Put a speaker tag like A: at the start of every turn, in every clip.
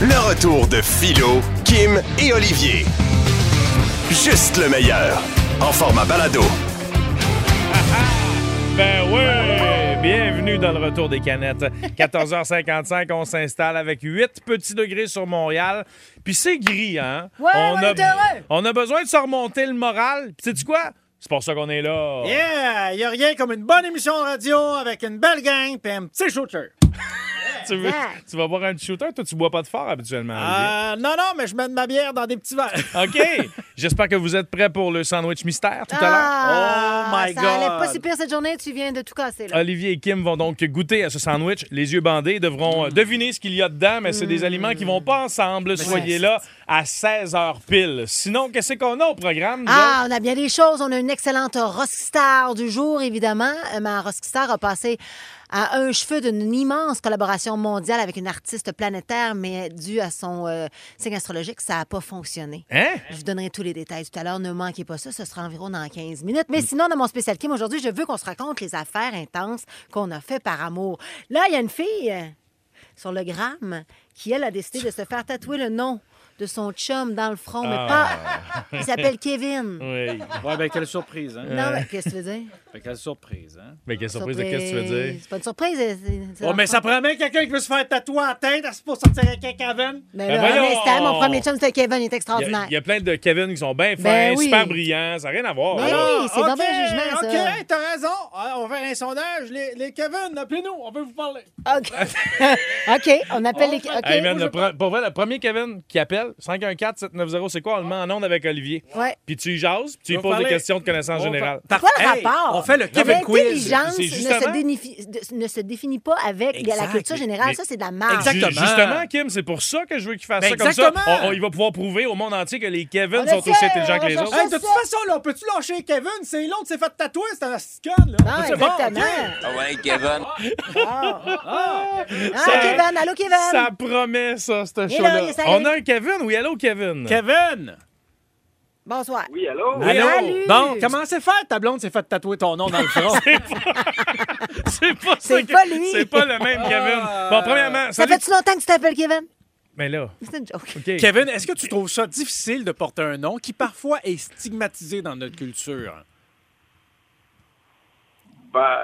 A: Le retour de Philo, Kim et Olivier. Juste le meilleur. En format balado.
B: Ben oui! Bienvenue dans le retour des canettes. 14h55, on s'installe avec 8 petits degrés sur Montréal. Puis c'est gris, hein?
C: Ouais,
B: on,
C: ouais,
B: a,
C: t'es heureux.
B: on a besoin de se remonter le moral. Puis sais-tu quoi? C'est pour ça qu'on est là.
C: Yeah! Y a rien comme une bonne émission de radio avec une belle gang pis un petit shooter.
B: Tu, veux- tu vas boire un petit shooter? Toi, tu bois pas de fort habituellement. Olivier.
C: Euh, non, non, mais je mets de ma bière dans des petits verres.
B: OK! J'espère que vous êtes prêts pour le sandwich mystère tout à l'heure.
D: Ah,
C: Oh my
D: ça
C: God. Euh,
D: allait pas si pire cette journée, tu viens de tout casser. Là.
B: Olivier et Kim vont donc goûter à ce sandwich, les yeux bandés, devront euh, deviner ce qu'il y a dedans, mais c'est des aliments qui vont pas ensemble. Soyez là à 16h pile. Sinon, qu'est-ce qu'on a au programme? nous
D: Ah, on a bien des choses. On a une excellente rockstar du jour, évidemment. Euh, Ma rockstar a passé à un cheveu d'une immense collaboration mondiale avec une artiste planétaire, mais dû à son euh, signe astrologique, ça n'a pas fonctionné.
B: autres? Hein?
D: Je vous donnerai tous les détails tout à l'heure. Ne manquez pas ça. Ce sera environ dans 15 minutes. Mais sinon, dans mon spécial Kim, aujourd'hui, je veux qu'on se raconte les affaires intenses qu'on a fait par amour. Là, il y a une fille euh, sur le gramme qui, elle, a décidé de se faire tatouer le nom de son chum dans le front, mais
B: Ah.
D: pas... Il s'appelle Kevin.
B: Oui.
C: Ouais, ben quelle surprise, hein?
D: Non, mais qu'est-ce que tu veux dire?
C: Ben, quelle surprise, hein?
B: Mais quelle surprise, de qu'est-ce que tu veux dire?
D: C'est pas une surprise. c'est- c'est- c'est
C: Oh, mais ça prend bien quelqu'un qui veut se faire tatouer en tête, c'est pour sortir avec un Kevin.
D: Mais
B: Ben
D: là,
B: voyons!
D: mais c'était mon premier chum, c'était Kevin. Il est
B: Il y, a,
D: extraordinaire.
B: il y a plein de Kevin qui sont bien fins,
D: Ben oui.
B: super brillants, ça n'a rien à voir.
D: Ben
B: là.
D: oui, c'est dans
C: Ah, OK,
D: un jugement, ça.
C: OK, t'as raison. Ah, On va faire un sondage. Les, les Kevin, appelez-nous, on veut vous parler.
D: OK. OK, on appelle les... OK.
B: Oh Hey, man, le pre- pour vrai, le premier Kevin qui appelle, 514-790, c'est quoi? On le met en onde avec Olivier.
D: Ouais.
B: Puis tu y jases, puis tu lui
C: On va
B: poses des
C: parler-
B: questions de connaissances
C: on va
B: générales.
C: par-
D: Quoi le
C: Hey,
D: rapport?
C: On fait le Kevin Quiz.
D: L'intelligence
B: C'est
D: ne,
B: justement-
D: se dénifi- de- ne se définit pas avec
C: Exact,
D: la culture
C: mais-
D: générale.
B: mais-
D: ça, c'est de la marge.
C: Exact.
B: Ju-
C: Exactement.
B: Justement, Kim, c'est pour ça que je veux qu'il fasse
C: Ben
B: ça comme
C: exactement.
B: ça. On- on- il va pouvoir prouver au monde entier que les Kevin
D: On
B: sont aussi
D: essaie,
B: intelligents
D: on
B: que les
D: recherche
B: autres.
C: Hey, de toute façon, là, on peut-tu lâcher Kevin? C'est l'autre s'est fait tatouer, c'est un scan, là.
D: Ah,
C: C'est bon,
D: exactement.
C: OK.
E: Ah ouais, Kevin.
D: Ah, Kevin, allô, Kevin.
B: Ça promet, ça, ce
D: Il est
B: show-là.
D: là, il est
B: On
D: allé.
B: a un Kevin? Oui, allô, Kevin?
C: Kevin!
D: Bonsoir.
C: Allô?
D: Salut!
C: Donc, comment c'est fait? Ta blonde s'est fait tatouer ton nom dans le front.
B: C'est pas, ça
D: C'est
B: que-
D: pas lui.
B: C'est pas le même Kevin.
C: Ah.
B: Bon, premièrement,
D: Ça
B: salut.
D: fait-tu longtemps que tu t'appelles Kevin?
B: Mais là,
D: C'est une joke.
B: OK.
C: Kevin, est-ce que tu trouves ça difficile de porter un nom qui parfois est stigmatisé dans notre culture?
F: Ben,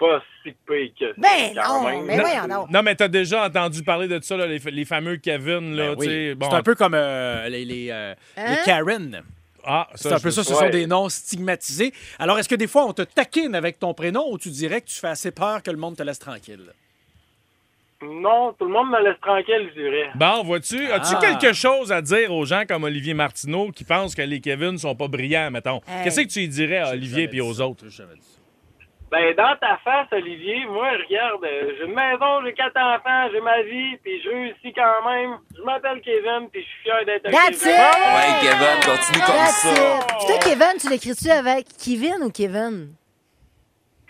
F: pas si pire que ça.
D: Ben
E: Ah
F: quand
D: non,
F: même.
D: mais voyons donc.
B: Non, mais t'as déjà entendu parler de ça, là, les, les fameux Kevin, là,
C: Ben oui.
B: tu sais. Bon,
C: C'est un peu comme euh, les, les, euh,
D: Hein?
C: les Karen.
B: Ah,
C: C'est un peu
B: je-
C: ça, ce
F: Ouais.
C: sont des noms stigmatisés. Alors, est-ce que des fois, on te taquine avec ton prénom ou tu dirais que tu fais assez peur que le monde te laisse tranquille?
F: Non, tout le monde me laisse tranquille, je dirais.
B: Bon, vois-tu, as-tu
C: Ah.
B: quelque chose à dire aux gens comme Olivier Martineau qui pensent que les Kevin sont pas brillants, mettons?
D: Hey.
B: Qu'est-ce que tu y dirais à Olivier puis aux autres?
F: Ben, dans ta face, Olivier, moi, regarde, euh, j'ai une maison, j'ai quatre enfants, j'ai ma vie, puis je réussis quand même. Je m'appelle Kevin, puis je suis fier
C: Ah
F: d'être un
D: That's
F: Kevin.
D: it!
E: Ouais, Kevin, continue comme
D: That's
E: ça.
D: it. Puis toi, Kevin, tu l'écris-tu avec Kevin ou Kevin?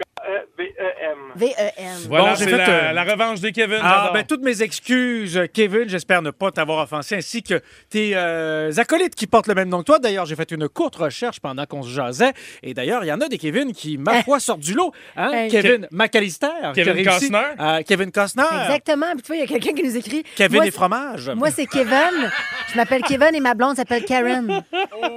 D: E
F: Euh, B-E-M.
D: V-E-N.
B: Voilà,
C: Bon, j'ai
B: c'est
C: fait,
B: la,
C: euh,
B: la revanche des Kevin.
C: Ah,
B: j'adore.
C: ben, toutes mes excuses, Kevin. J'espère ne pas t'avoir offensé, ainsi que tes euh, acolytes qui portent le même nom que toi. D'ailleurs, j'ai fait une courte recherche pendant qu'on se jasait. Et d'ailleurs, il y en a des Kevin qui, ma foi, sortent du lot. Hein?
D: Eh. Hey.
C: Kevin McAllister. qui a
B: Kevin
C: réussi-
B: Costner.
C: Euh, Kevin Costner.
D: Exactement. Puis tu vois, il y a quelqu'un qui nous écrit.
C: Kevin
D: Moi,
C: et fromage.
D: Moi, c'est Kevin. Je m'appelle Kevin et ma blonde s'appelle Karen.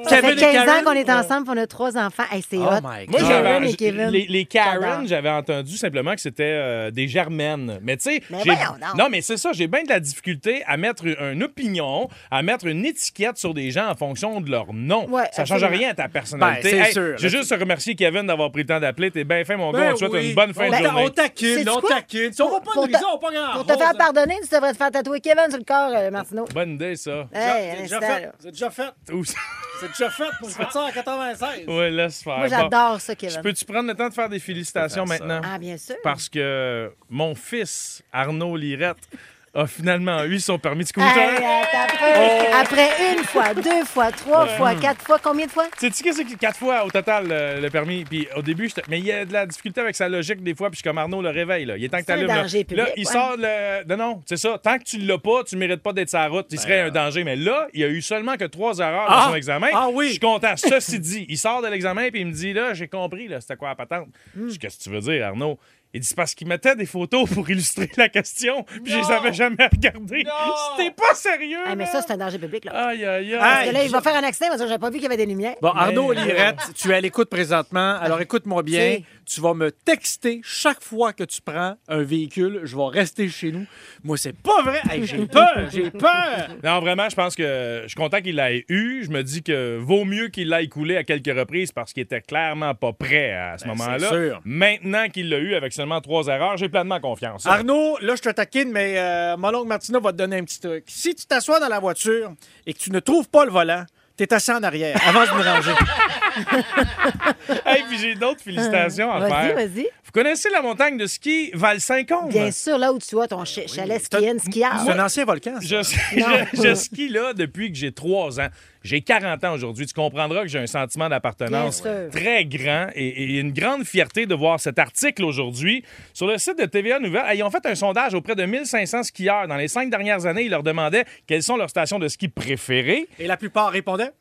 D: Ça
C: Kevin
D: fait
C: et
D: 15 ans
C: Karen?
D: qu'on est ensemble puis on a trois enfants. Hey, c'est
C: Oh
D: hot.
C: my God.
D: Kevin
B: Moi, j'avais,
D: et Kevin.
B: les, les Karen,
D: J'adore.
B: j'avais entendu simplement que c'était euh, des germaines. Mais tu sais,
D: Mais
B: j'ai-
D: voyons donc.
B: non, mais c'est ça, j'ai bien de la difficulté à mettre une opinion, à mettre une étiquette sur des gens en fonction de leur nom.
D: Ouais,
B: ça change
D: absolument.
B: rien à ta personnalité.
C: Ben, c'est sûr.
B: Je veux juste remercier Kevin d'avoir pris le temps d'appeler. T'es bien fin, mon gars.
C: Ben
B: On te souhaite
C: oui.
B: une bonne fin
C: on
B: de
C: ta-
B: journée.
C: On taquine,
D: Sais-tu
C: on
D: quoi?
C: taquine. Si on va pas
D: Pour
C: de
D: te-
C: prison, pas grave.
D: Pour te faire
C: On-
D: pardonner, tu devrais te faire tatouer Kevin sur le corps, euh, Martineau.
B: Bonne idée, ça.
D: Hey,
C: C'est
D: un
C: déjà
D: instant,
C: fait.
D: là.
C: C'est déjà fait.
B: Oups.
C: C'est déjà fait. Moi, je fais ça en 96.
B: ouais, laisse faire.
D: Moi,
B: Bon.
D: j'adore ça,
B: Je
D: Kevin.
B: Peux-tu prendre le temps de faire des félicitations maintenant?
D: Ah, bien sûr.
B: Parce que mon fils, Arnaud Lirette, a finalement eu son permis de scooter.
D: Hey, attends,
C: hein.
D: après, après une fois, deux fois, trois fois, quatre fois, combien de fois?
B: Sais-tu qu'est-ce que quatre fois au total euh, le, le permis? Puis au début, j'étais- mais il y a de la difficulté avec sa logique des fois. Puis je suis comme Arnaud le réveil. Là. Il est temps que
D: C'est un
B: tu Là,
D: danger public,
B: Là, il
D: ouais.
B: sort le. Non, non, c'est ça. Tant que tu l'as pas, tu mérites pas d'être sur la route. Il serait un danger. Mais là, il y a eu seulement que trois erreurs
C: Ben, euh, Ah!
B: dans son examen.
C: Ah oui!
B: Je suis content. Ceci dit, il sort de l'examen puis il me dit là, j'ai compris, là, c'était quoi la patente?
D: Hmm.
B: Je dis, qu'est-ce que tu veux dire, Arnaud? Il dit c'est parce qu'il mettait des photos pour illustrer la question, puis je les avais jamais regardées. C'était pas sérieux!
D: Ah, mais
B: là.
D: ça, c'est un danger public. Là.
B: Aïe, aïe, aïe.
D: Parce que là, il va faire un accident, il va dire J'avais pas vu qu'il y avait des lumières.
C: Bon, Arnaud
B: Mais- euh,
C: Lirette, tu es à l'écoute présentement. Alors écoute-moi bien.
D: Si.
C: Tu vas me texter chaque fois que tu prends un véhicule. Je vais rester chez nous. Moi, c'est pas vrai. Hey, j'ai peur. J'ai peur.
B: Non, vraiment, je pense que je suis content qu'il l'ait eu. Je me dis que vaut mieux qu'il l'ait coulé à quelques reprises parce qu'il était clairement pas prêt à ce
C: Ben, c'est
B: moment-là.
C: sûr.
B: Maintenant qu'il l'a eu avec seulement trois erreurs, j'ai pleinement confiance.
C: Arnaud, là, je te taquine, mais euh, mon oncle Martina va te donner un petit truc. Si tu t'assois dans la voiture et que tu ne trouves pas le volant, t'es assis en arrière avant de me ranger.
B: Hey, puis j'ai d'autres félicitations à
D: Euh, Vas-y,
B: faire.
D: vas-y.
B: Vous connaissez la montagne de ski val saint
D: Bien sûr, là où tu as ton ch- chalet skienne, skiable.
C: C'est un ancien volcan.
B: Ah.
C: ça.
B: Je, je- je skie là depuis que j'ai 3 ans. J'ai 40 ans aujourd'hui. Tu comprendras que j'ai un sentiment d'appartenance
D: Bien sûr.
B: très grand et, et une grande fierté de voir cet article aujourd'hui sur le site de TVA Nouvelle. Ils ont fait un sondage auprès de 1500 skieurs. Dans les cinq dernières années, ils leur demandaient quelles sont leurs stations de ski préférées.
C: Et la plupart répondaient.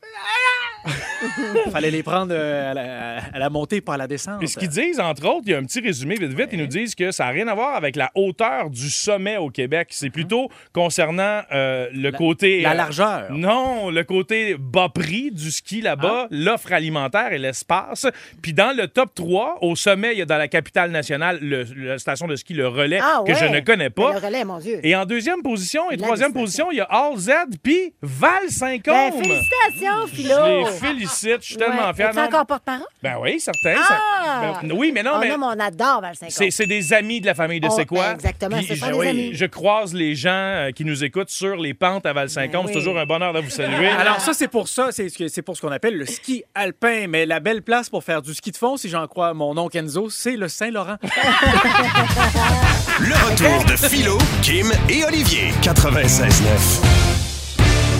C: Fallait les prendre euh, à, la, à la montée, pas à la descente.
B: Et ce qu'ils disent, entre autres, il y a un petit résumé vite vite, ils nous disent que ça n'a rien à voir avec la hauteur du sommet au Québec. C'est plutôt concernant euh, le côté...
C: la
B: euh,
C: largeur.
B: Non, le côté bas prix du ski là-bas,
D: Ah.
B: l'offre alimentaire et l'espace. Puis dans le top 3, au sommet, il y a dans la capitale nationale le- la station de ski Le Relais,
D: Ah,
B: que je
D: ouais.
B: ne connais pas.
D: Mais le relais, mon Dieu.
B: Et en deuxième position et
D: La
B: troisième
D: destination.
B: position, il y a All Z puis Val
D: Ben,
B: Saint-Côme.
D: félicitations,
B: je
D: Philo.
B: les félicite, je suis tellement
D: Ouais.
B: fier.
D: Es-tu
B: Non,
D: encore porte-parole?
B: Ben oui, certain. ça-
D: Ah!
B: Ben, oui, mais non,
D: Ah,
B: mais...
D: non, mais on adore Val saint
B: C'est, c'est des amis de la famille de
D: On-
B: C'est quoi.
D: ben, exactement,
B: Puis
D: ce sont
B: je,
D: des amis.
B: je croise les gens euh, qui nous écoutent sur les pentes à Val-Saint-Côme.
D: Ben oui.
B: c'est toujours un bonheur de vous saluer.
C: Alors ça, c'est pour ça, c'est ce que- c'est pour ce qu'on appelle le ski alpin. Mais la belle place pour faire du ski de fond, si j'en crois mon oncle Enzo, c'est le Saint-Laurent.
A: Le retour de Philo, Kim et Olivier. 96.9.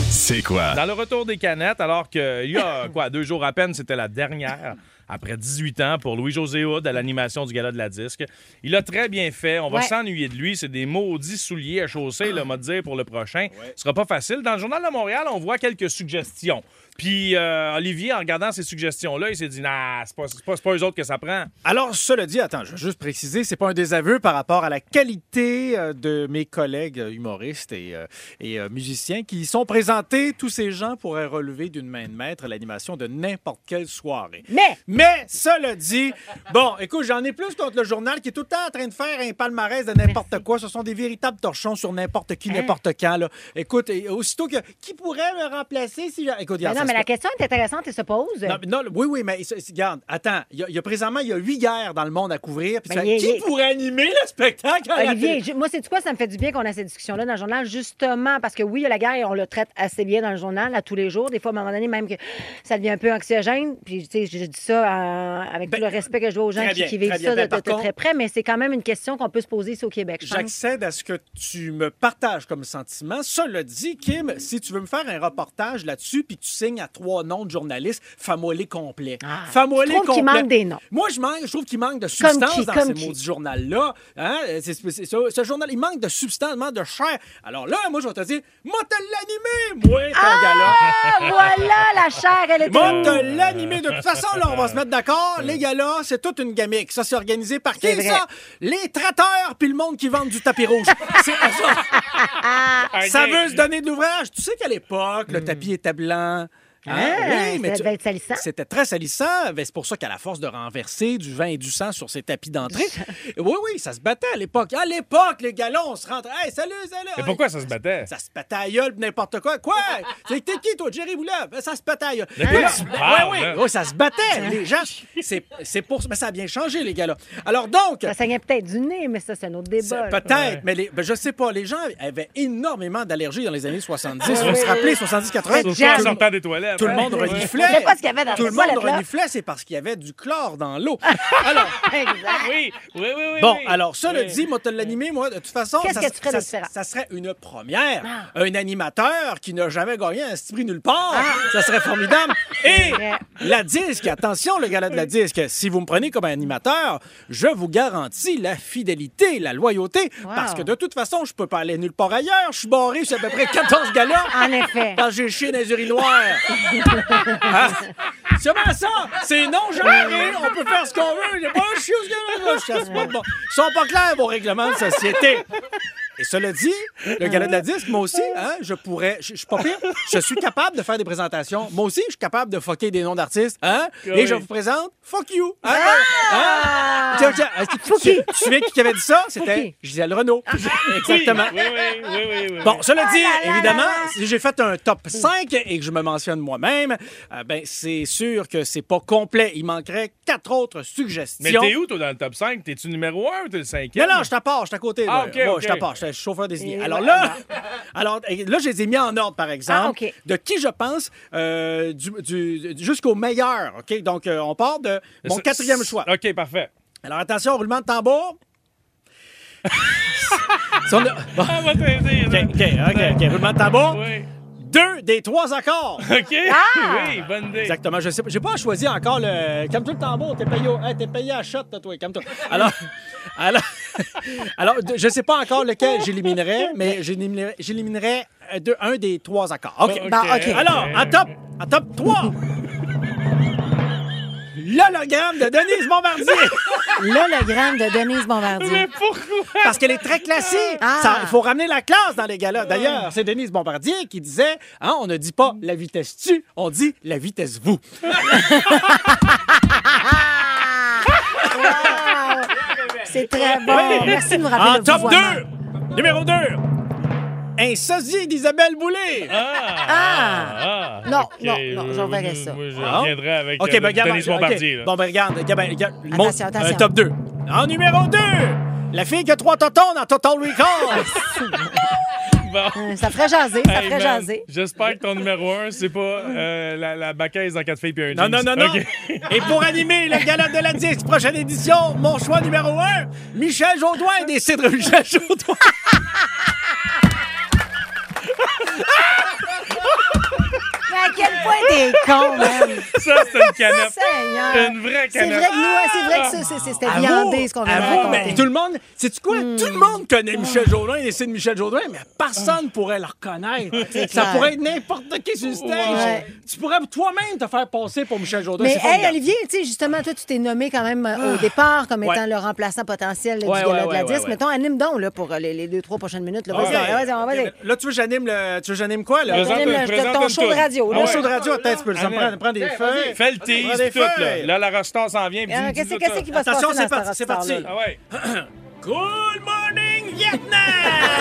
A: C'est quoi?
B: Dans le retour des canettes, alors qu'il y a quoi, deux jours à peine, c'était la dernière. Après 18 ans pour Louis-José Houd à l'animation du Gala de la Disque. Il a très bien fait. On va
D: Ouais.
B: s'ennuyer de lui. C'est des maudits souliers à chausser, le mode dire, pour le prochain. Ce sera pas facile. Dans le Journal de Montréal, on voit quelques suggestions. Puis euh, Olivier, en regardant ces suggestions-là, il s'est dit Nah, c'est pas, c'est pas, c'est pas eux autres que ça prend.
C: Alors, cela dit, attends, je veux juste préciser, c'est pas un désaveu par rapport à la qualité euh, de mes collègues euh, humoristes et, euh, et, euh, musiciens qui y sont présentés. Tous ces gens pourraient relever d'une main de maître l'animation de n'importe quelle soirée.
D: Mais-
C: Mais, cela dit, bon, écoute, j'en ai plus contre le journal qui est tout le temps en train de faire un palmarès de n'importe quoi. Ce sont des véritables torchons sur n'importe
D: Hein?
C: qui, n'importe quand. là. Écoute, et aussitôt que... Qui pourrait me remplacer si... j'a- Écoute,
D: Mais
C: regarde,
D: Ben non,
C: ça
D: mais
C: se
D: la
C: peut-
D: question est intéressante et se pose.
C: non, mais non, le- oui, oui, mais c'est- c'est- regarde, attends, il y, a- il y a présentement, il y a huit guerres dans le monde à couvrir. Puis tu
D: Ben,
C: fais,
D: il-
C: qui
D: il-
C: pourrait animer le spectacle? à la
D: Olivier,
C: télé?
D: je- moi, c'est quoi? Ça me fait du bien qu'on a cette discussion-là dans le journal, justement, parce que oui, il y a la guerre et on le traite assez bien dans le journal, à tous les jours. Des fois, à un moment donné, même que ça devient un peu anxiogène. Puis, tu sais, je je dis ça euh, avec
C: Ben,
D: tout le respect que je dois aux gens
C: très
D: qui,
C: bien,
D: qui vivent
C: très bien.
D: ça de,
C: Ben,
D: de-
C: par
D: de
C: contre-
D: très près, mais c'est quand même une question qu'on peut se poser ici au Québec, je pense.
C: J'accède à ce que tu me partages comme sentiment. Cela dit, Kim, si tu veux me faire un reportage là-dessus, puis tu signes à trois noms de journalistes, famoilé complet.
D: Ah,
C: Famoilé
D: je trouve qu'il
C: complet.
D: manque des noms.
C: Moi, je, manque, je trouve qu'il manque de
D: Comme
C: substance
D: qui,
C: dans
D: comme
C: ces
D: qui.
C: maudits journal-là. Hein? C'est- c'est- c'est- ce, ce journal, il manque de substance, il manque de chair. Alors là, moi, je vais te dire, moi, te l'animer, moi, ton gars-là.
D: Ah, voilà la chair, elle est
C: Bon,
D: trop-
C: t'as l'animé. De toute façon, là, on va se mettre d'accord. Les gars-là, c'est toute une gamique. Ça, c'est organisé par qui,
D: C'est vrai.
C: ça? Les traiteurs puis le monde qui vend du tapis rouge. c'est ça. Ah, Ça veut se donner de l'ouvrage. Tu sais qu'à l'époque, le tapis était blanc. Hein?
D: Hmm. Ah, ça devait être salissant.
C: C'était très salissant. Ben, c'est pour ça qu'à la force de renverser du vin et du sang sur ces tapis d'entrée, oui, oui, ça se battait à l'époque. À l'époque, les gars-là, on se rentre. Hey, salut, salut.
B: Mais pourquoi ça se battait?
C: Ça se pète à la gueule, pis n'importe quoi. Quoi? C'est t'es qui, toi, Jerry Boulev? Ben, Ça se pète à la gueule.
B: De quoi tu parles,
C: ouais,
B: là?
C: ouais, ouais, ça se battait, les gens. C'est c'est pour ça. Mais ça a bien changé, les gars, là. Alors donc.
D: Ça saignait peut-être du nez, mais ça, c'est un autre débat.
C: c'est-
D: là.
C: Peut-être, mais les, ben, je sais pas. Les gens avaient énormément d'allergies dans les années 70.
D: Ah
C: On
D: oui.
C: se rappelait 70-80.
D: Surtout
B: Surtout en
D: Jam.
B: sortant des toilettes.
C: tout le monde reniflait.
D: Je sais pas ce qu'il y avait dans
C: Tout le
D: cette
C: monde
D: toilette-là.
C: reniflait, c'est parce qu'il y avait du chlore dans l'eau. Alors,
D: Exact.
B: Oui, oui, oui. oui,
C: bon,
B: oui.
C: alors, ça le
B: Oui.
C: dit, moi, te l'animé, moi, de toute façon,
D: Qu'est-ce
C: ça,
D: que tu ferais de
C: ça,
D: différent? Ah.
C: ça serait une première. Un animateur qui n'a jamais gagné un petit prix nulle part, ça serait formidable. Et
D: vrai.
C: la disque, attention, le gala de la disque, si vous me prenez comme animateur, je vous garantis la fidélité, la loyauté,
D: Wow.
C: parce que de toute façon, je peux pas aller nulle part ailleurs. Je suis barré sur à peu près 14 galas.
D: En effet.
C: Quand j'ai chié dans les urinoirs. Hein? C'est comment ça? C'est non genré, on peut faire ce qu'on veut. J'ai pas un chiot, ce qu'il y a là, je chasse pas de bon. Ils sont pas clairs, vos règlements de société. Et cela dit, le gala de la disque, moi aussi, hein, je pourrais. Je je suis pas pire. Je suis capable de faire des présentations. Moi aussi, je suis capable de fucker des noms d'artistes. Hein? Et je vous présente Fuck You. Hein? Hein? Tiens, tiens, est-ce que tu- tu- Tu te souviens qui avait dit ça? C'était
D: Fucky.
C: Gisèle Renault. Exactement.
B: Oui, oui, oui, oui, oui.
C: Bon, cela dit,
D: Oh là là
C: évidemment,
D: là là.
C: si j'ai fait un top 5 et que je me mentionne moi-même, euh, ben c'est sûr que c'est pas complet. Il manquerait quatre autres
B: Mais
C: suggestions.
B: t'es où, toi, dans le top 5? T'es-tu numéro 1 ou t'es le 5
C: Non, non, je t'apporte, je suis à côté.
B: Ah,
C: là.
B: ok,
C: Ouais,
B: ok.
C: Je t'apporte, je suis chauffeur désigné.
D: Et
C: Alors là,
D: voilà.
C: alors, euh, là, je les ai mis en ordre, par exemple,
D: Ah, ok.
C: de qui je pense euh, du, du- du- jusqu'au meilleur. OK? Donc, euh, on part de mon
B: C'est-
C: quatrième choix.
B: OK, parfait.
C: Alors, attention, roulement de tambour. Si on a- bon,
B: Ah, va t'aider.
C: OK, OK, OK, OK, roulement de tambour.
B: Oui.
C: Deux des trois accords.
B: OK.
C: Ah!
B: Oui, bonne idée.
C: Exactement, je sais pas. J'ai pas choisi encore le. Comme tout le tambour, t'es payé, au- hey, t'es payé à shot, là, toi, comme toi. Alors, alors, alors, de- je sais pas encore lequel j'éliminerais, mais j'éliminerais, j'éliminerais euh, deux- un des trois accords. OK.
D: Bon, Bah, OK.
C: Alors, en top, en top 3. L'hologramme de Denise Bombardier.
D: L'hologramme de Denise
B: Mais
D: Bombardier.
B: pourquoi?
C: Parce qu'elle est très classique.
D: Ah.
C: Ça- Il faut ramener la classe dans les galas. D'ailleurs, c'est Denise Bombardier qui disait hein, on ne dit pas la vitesse tu, on dit la vitesse vous.
D: Wow! C'est très bon. Merci de nous rappeler
C: En
D: le
C: top
D: vouvoiement.
C: 2, numéro 2, un sosie d'Isabelle Boulay.
D: Ah! Non, non, non, je reverrai
B: reverrai
D: ça.
B: Euh, Moi, je
C: Ah.
B: reviendrai avec
C: OK,
B: euh,
C: ben, regarde,
B: Denis
C: OK.
B: Bombardier. là.
C: Bon, ben, regarde, regarde, ben, regarde,
D: Attention,
C: mon-
D: attention.
C: un top 2. En numéro 2, la fille qui a trois totons dans Total Recall.
B: Bon.
D: Hum, Ça ferait jaser, ça
B: Hey,
D: ferait
B: man,
D: jaser.
B: J'espère que ton numéro 1, c'est pas euh, la, la baquette dans 4 filles puis un
C: non,
B: jeans.
C: non, non, non.
B: OK.
C: Et pour animer le gala de la disque, prochaine édition, mon choix numéro 1, Michel Jaudoin des Cédres Michel Jaudoin.
D: Mais à quel point t'es con, même!
B: Ça, c'est une canette.
D: Seigneur!
B: Une vraie
D: C'est vrai
B: canette.
D: que nous, hein, c'est vrai que ça, c'est- c'est-
C: Ah
D: c'était viandé ce qu'on vient de
C: Avoue, mais
D: raconter. Hmm.
C: tout le monde, sais-tu quoi? Tout le monde connaît Michel Jourdain, les signes de Michel Jourdain, mais personne pourrait le reconnaître. Ça
D: clair.
C: pourrait être n'importe qui sur le stage.
D: Ouais.
C: Tu pourrais toi-même te faire passer pour Michel Jourdain.
D: Mais
C: c'est
D: hey,
C: formidable.
D: Olivier, tu sais, justement, toi, tu t'es nommé quand même euh, au départ comme
C: Ouais.
D: étant le remplaçant potentiel là,
C: Ouais,
D: du gala
C: ouais,
D: de la
C: ouais, Ah,
D: 10.
C: ouais,
D: Mettons, anime donc là, pour euh, les, les deux, trois prochaines minutes. Là. Vas-y,
C: Ok.
D: vas-y, on va vas-y.
C: Là, tu veux que j'anime le... Tu veux que j'anime quoi, là?
B: Présente-
D: J'anime le-
B: présente
D: ton
B: une
D: show de
B: toune.
D: radio, là.
C: Mon
B: ouais.
C: show de radio, attends, tu peux ça me prend,
B: Anime.
C: prend des feuilles.
B: Fais le
C: Ah Vas-y,
B: tease,
C: prends des
B: tout, là.
C: feuilles.
B: Là, la rockstar s'en vient. puis
D: Euh,
B: dis-
D: Qu'est-ce
B: dis-nous
D: qu'est-ce
B: ça.
D: qui va se passer
C: Attention,
D: dans
C: c'est
D: cette
C: parti, c'est parti.
D: rockstar-là, là?
B: Ah ouais.
C: Good morning, Vietnam!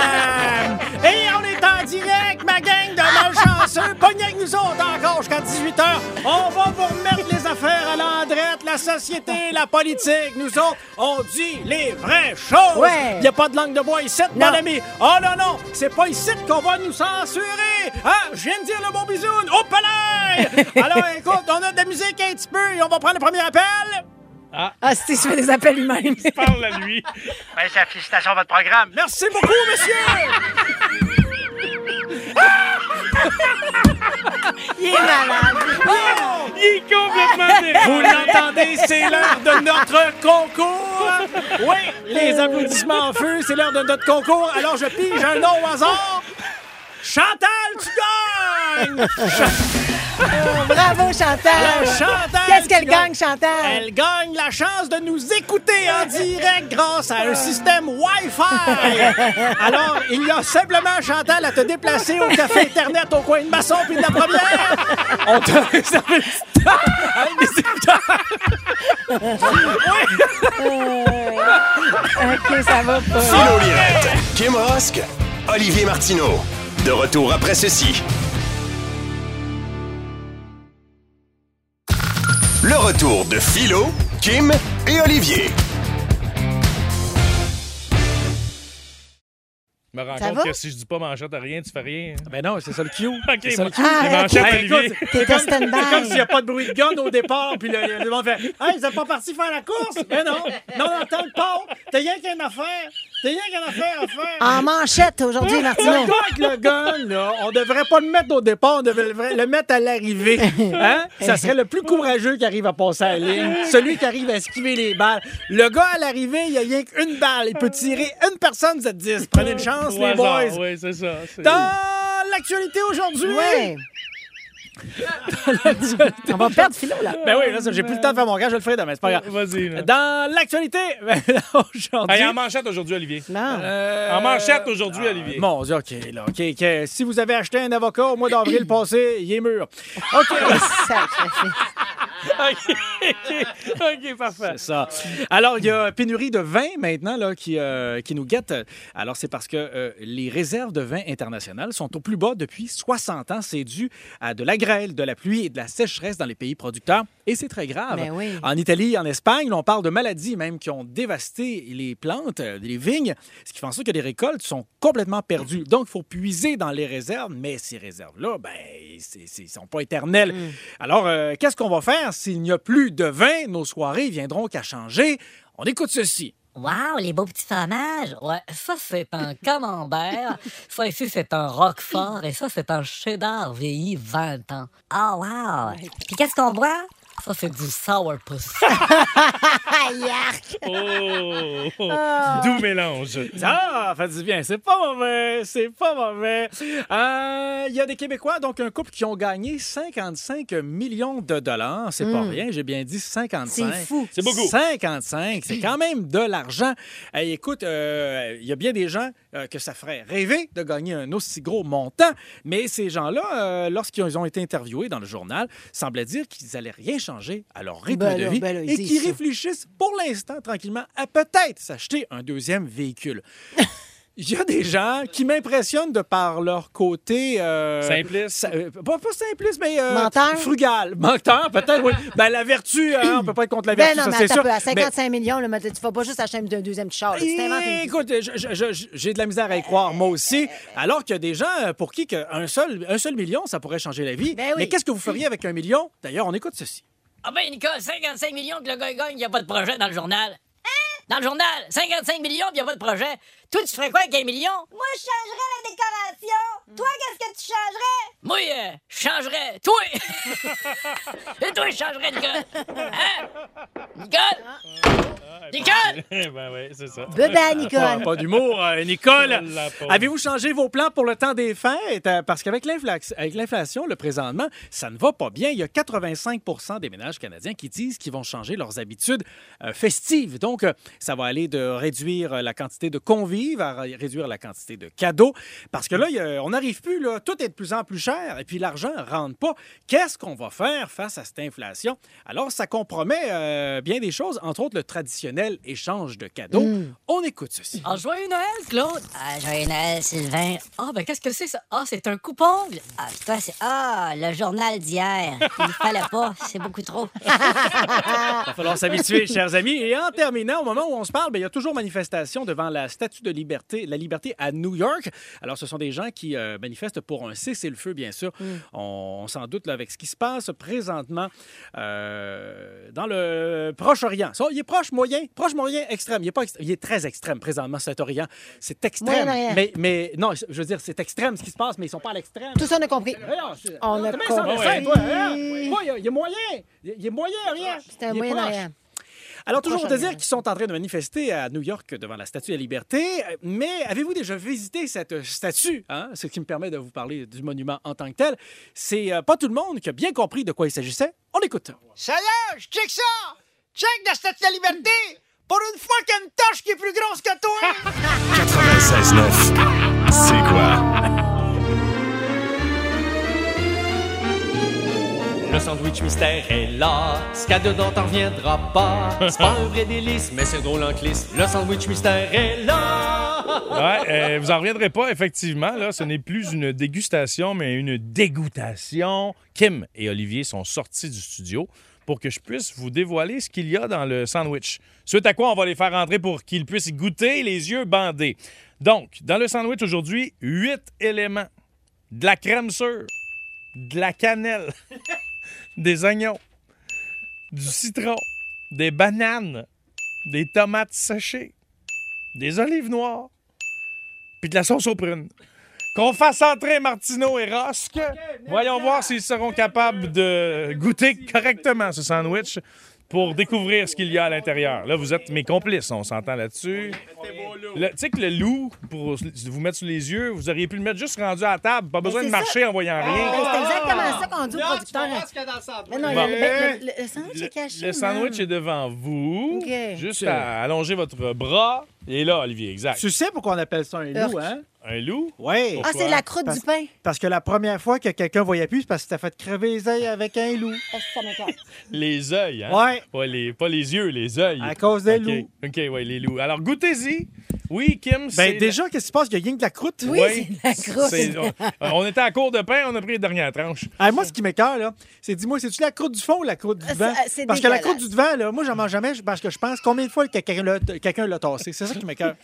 C: Et on est en direct, ma gang de malchanceux. Pognez avec nous autres encore jusqu'à 18h. On va vous remettre les affaires à l'endrette, la société, la politique. Nous autres, on dit les vraies choses.
D: Ouais.
C: Il n'y a pas de langue de bois ici, mon
D: Non.
C: ami. Oh non, non, c'est pas ici qu'on va nous censurer. Hein? Je viens de dire le bon bisoun. Au palais! Alors, écoute, on a de la musique un petit peu et on va prendre le premier appel.
D: Ah, si, je fais des appels humains.
B: Parle à lui.
C: félicitations à votre programme. Merci beaucoup, monsieur!
D: Il est malade.
B: Il est complètement débile.
C: Vous l'entendez, c'est l'heure de notre concours! Oui,
D: Euh.
C: les applaudissements en feu, c'est l'heure de notre concours. Alors je pige un nom au hasard. Chantal, tu gagnes!
D: Bravo, Chantal.
C: Chantal!
D: Qu'est-ce qu'elle
C: tu gagnes.
D: gagne, Chantal?
C: Elle gagne la chance de nous écouter en direct grâce à un système Wi-Fi. Alors, il y a simplement, Chantal, à te déplacer au café Internet au coin de Masson puis de la première. On te réserve le temps avec des écouteurs.
D: OK, ça va pas.
A: Philo Lirette, Kim Rosk, Olivier Martineau. De retour après ceci. Le retour de Philo, Kim et Olivier.
B: Je me rends
D: Ça
B: compte
D: va?
B: que si je dis pas manchette à rien, tu fais rien.
C: Ben non, c'est ça le cue.
B: OK,
C: C'est ça le
B: moi-
C: cue.
B: les manchettes,
C: Hey, Ah, écoute,
B: Olivier.
C: c'est
D: T'es
C: comme-
D: en stand-by.
C: C'est comme s'il n'y a pas de bruit de gun au départ, puis le, le monde fait Hey, vous êtes pas parti faire la course? Mais non, non, non, attends, pas. T'as rien qu'une affaire. T'as rien qu'une affaire à faire.
D: En manchette aujourd'hui,
C: Le
D: Martineau.
C: gars avec le gun, là, on devrait pas le mettre au départ, on devrait le- le mettre à l'arrivée. Hein? Ça serait le plus courageux qui arrive à passer à la ligne. Celui qui arrive à esquiver les balles. Le gars à l'arrivée, il y a rien qu'une balle. Il peut tirer une personne, vous êtes 10. Prenez une chance,
B: Au
C: les
B: hasard,
C: boys.
B: Oui, c'est ça. c'est-
C: Dans l'actualité aujourd'hui.
D: Ouais. On va perdre Philo, là.
C: Ben oui, là, ça, j'ai plus le temps de faire mon gars, je le ferai demain, c'est pas grave.
B: Vas-y. là.
C: Dans l'actualité ben, aujourd'hui.
B: Hey, en manchette aujourd'hui, Olivier.
D: Non.
C: euh,
B: En manchette aujourd'hui, Olivier.
C: Mon Dieu, OK, là, OK, OK. Si vous avez acheté un avocat au mois d'avril passé, il est mûr. OK,
D: Sacré.
B: OK, parfait.
C: c'est ça. Alors, il y a pénurie de vin maintenant là, qui, euh, qui nous guette. Alors, c'est parce que euh, les réserves de vin internationales sont au plus bas depuis 60 ans. C'est dû à de la grêle, de la pluie et de la sécheresse dans les pays producteurs. Et c'est très grave.
D: Mais oui.
C: En Italie, en Espagne, là, on parle de maladies même qui ont dévasté les plantes, euh, les vignes, ce qui fait en sorte que les récoltes sont complètement perdues. Donc, il faut puiser dans les réserves, mais ces réserves-là, ben, c'est- c'est- ils ne sont pas éternelles. Alors, euh, qu'est-ce qu'on va faire s'il n'y a plus de vin? Nos soirées viendront qu'à changer. On écoute ceci.
G: Wow, les beaux petits fromages! Ouais, ça, c'est un camembert. ça, ici, c'est un roquefort. Et ça, c'est un cheddar vieilli 20 ans. Oh, wow! Puis qu'est-ce qu'on boit? Ça, c'est du sourpuss.
B: Oh, oh, Doux mélange.
C: Ah, fait du bien. C'est pas mauvais. C'est pas mauvais. Euh, Il y a des Québécois, donc un couple qui ont gagné 55 millions de dollars. C'est pas rien. J'ai bien dit 55.
D: Hmm. C'est fou.
B: C'est beaucoup.
C: 55. C'est quand même de l'argent. Hey, écoute, euh, il y a bien des gens euh, que ça ferait rêver de gagner un aussi gros montant. Mais ces gens-là, euh, lorsqu'ils ont été interviewés dans le journal, semblaient dire qu'ils n'allaient rien changer à leur rythme
D: Ben
C: de
D: là,
C: vie
D: ben là, ils
C: et
D: disent
C: qu'ils
D: ça.
C: réfléchissent pour l'instant tranquillement à peut-être s'acheter un deuxième véhicule. Il y a des gens qui m'impressionnent de par leur côté... euh,
B: Simpliste.
C: sa- euh, pas, pas simpliste, mais... euh,
D: Menteur.
C: Frugal. Menteur, peut-être, oui. Ben, la vertu, hein, on peut pas être contre la
D: Ben
C: vertu,
D: non,
C: ça,
D: mais
C: c'est
D: attends un
C: sûr.
D: peu, à
C: Mais-
D: 55 millions, là, mais tu vas pas juste acheter un deuxième petit char. là, tu t'inventes une vie.
C: Écoute, je- je- je- j'ai de la misère à y croire, moi aussi. Alors qu'il y a des gens euh, pour qui que un seul, un seul million, ça pourrait changer la vie.
D: Ben oui.
C: Mais qu'est-ce que vous feriez avec un million? D'ailleurs, on écoute ceci.
G: Ah ben, Nicole, 55 millions que le gars gagne, il n'y a pas de projet dans le journal. Dans le journal, 55 millions, il n'y a pas de projet. Toi, tu ferais quoi avec un million? Moi, je changerais la décoration. Toi, qu'est-ce que tu changerais? Moi, euh, je changerais. Toi! Et toi, je changerais, Nicole. Hein? Nicole? Nicole!
B: ben oui, c'est ça.
D: Bye bye, Nicole.
C: Pas, pas d'humour, euh, Nicole.
B: La pauvre.
C: Avez-vous changé vos plans pour le temps des fêtes? Euh, Parce qu'avec l'infla- avec l'inflation, le présentement, ça ne va pas bien. Il y a 85 des ménages canadiens qui disent qu'ils vont changer leurs habitudes euh, festives. Donc, euh, ça va aller de réduire euh, la quantité de convives à ré- réduire la quantité de cadeaux. Parce que là, il y a- on n'arrive plus. Là. Tout est de plus en plus cher et puis l'argent ne rentre pas. Qu'est-ce qu'on va faire face à cette inflation? Alors, ça compromet euh, bien des choses, entre autres le traditionnel échange de cadeaux. On écoute ceci.
G: Ah, joyeux Noël, Claude! Ah, joyeux Noël, Sylvain. Ah, ben qu'est-ce que c'est, ça? Ah, c'est un coupongle! Ah, toi, c'est... Ah, le journal d'hier. Il fallait pas, c'est beaucoup trop.
C: Il va falloir s'habituer, chers amis. Et en terminant, au moment où on se parle, ben, il y a toujours manifestation devant la Statue de liberté, la liberté à New York. Alors, ce sont des gens qui euh, manifestent pour un cessez-le-feu, bien sûr. On, on s'en doute là, avec ce qui se passe présentement euh, dans le Proche-Orient. Ça, Il est proche, moyen, proche, moyen, extrême. Il est, pas ext- il est très extrême présentement, cet Orient. C'est extrême.
D: Moyen-Orient.
C: Mais, mais non, je veux dire, c'est extrême ce qui se passe, mais ils sont pas à l'extrême.
D: Tout ça, on a compris.
C: Mais Eh non, c'est-
D: On a
C: T'as bien ça,
D: compris.
C: mais ça, toi, hein? Toi, il y a- il y a moyen. Il y a- il y a moyen, rien.
D: C'est un
C: Il est
D: moyen
C: proche.
D: arrière.
C: Alors, toujours
D: Prochaine
C: de dire
D: nouvelle.
C: qu'ils sont en train de manifester à New York devant la Statue de la Liberté, euh, mais avez-vous déjà visité cette euh, statue? hein? Ce qui me permet de vous parler du monument en tant que tel. C'est euh, pas tout le monde qui a bien compris de quoi il s'agissait. On l'écoute.
H: Ça y est, je check ça! Check la statue de la liberté! Pour une fois qu'il y a une tâche qui est plus grosse que toi!
A: 96.9. C'est quoi?
I: Le sandwich mystère est là, ce qu'il y a dedans t'en reviendra pas. C'est pas un vrai délice, mais c'est drôle en clisse. Le sandwich mystère est là.
B: Ouais, euh, vous en reviendrez pas, effectivement. Là, ce n'est plus une dégustation, mais une dégoûtation. Kim et Olivier sont sortis du studio pour que je puisse vous dévoiler ce qu'il y a dans le sandwich. Suite à quoi, on va les faire entrer pour qu'ils puissent y goûter les yeux bandés. Donc, dans le sandwich aujourd'hui, huit éléments. De la crème sûre, de la cannelle, des oignons, du citron, des bananes, des tomates séchées, des olives noires, puis de la sauce aux prunes. Qu'on fasse entrer Martineau et Rosque. Voyons voir s'ils seront capables de goûter correctement ce sandwich pour découvrir ce qu'il y a à l'intérieur. Là, vous êtes mes complices, on s'entend là-dessus. Le- Tu sais que le loup, pour vous mettre sous les yeux, vous auriez pu le mettre juste rendu à la table. Pas besoin de
D: c'est
B: marcher en voyant rien.
D: Ben, c'est exactement ça qu'on dit au producteur. Mais non,
B: Bon.
D: le, le- le- le sandwich est caché.
B: Le sandwich est devant vous.
D: OK.
B: Juste à allonger votre bras. Et là, Olivier, exact.
C: Tu sais pourquoi on appelle ça un loup,
D: Urk.
C: hein?
B: Un loup?
C: Oui.
D: Ah, c'est la croûte
C: Parce-
D: du pain.
C: Parce que la première fois que quelqu'un voyait plus, c'est parce que t'as fait crever les ailes avec un loup.
B: Les yeux, hein?
C: Ouais.
B: Pas les, pas les yeux, les yeux.
C: À cause des loups.
B: OK, ouais, les loups. Alors, goûtez-y. Oui, Kim, c'est...
C: Ben déjà, qu'est-ce qui se passe? Il y a rien que la croûte.
D: Oui, c'est la
B: c'est-
D: croûte.
B: on, on était à court de pain, on a pris les dernières tranches.
C: Ah, moi, ce qui m'écœure, là, c'est dis-moi, c'est-tu la croûte du fond ou la croûte du
D: Ah,
C: devant?
D: c'est- c'est
C: Parce que la
D: dégueulasse.
C: croûte du devant, là, moi, j'en mange jamais parce que je pense combien de fois que quelqu'un l'a quelqu'un l'a tassé. C'est ça qui m'écœure.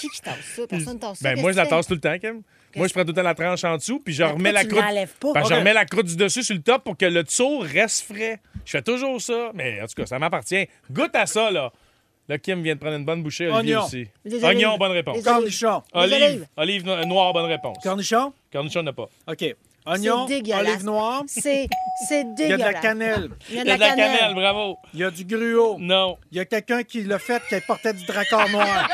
D: Qui qui tasse ça? Personne tasse ça.
B: Ben, moi, je la
D: Qu'est-ce que
B: tasse tout le temps, Kim. Moi, je prends tout le temps la tranche en dessous, puis je remets la
D: Ben, tu
B: croûte.
D: l'enlèves pas.
B: Parce que
D: Ok.
B: je remets la croûte du dessus sur le top pour que le dessous reste frais. Je fais toujours ça, mais en tout cas, ça m'appartient. Goûte à ça, là. Là, Kim vient de prendre une bonne bouchée, Olivier
C: Oignon.
B: aussi.
D: Des
B: Oignon,
D: olives.
B: bonne réponse.
D: Des olives.
C: Cornichon.
D: Des olives.
B: Olive, olive no- noire, bonne réponse.
C: Cornichon?
B: Cornichon n'a pas.
C: OK.
D: c'est?
C: Oignon,
D: C'est dégueulasse.
C: olive noire.
D: C'est c'est dégueulasse.
C: Il y a de la cannelle.
D: Il y a
B: Il y a de la cannelle, bravo.
C: Il y a du gruau.
B: Non.
C: Il y a quelqu'un qui l'a fait qui portait du dracard noir.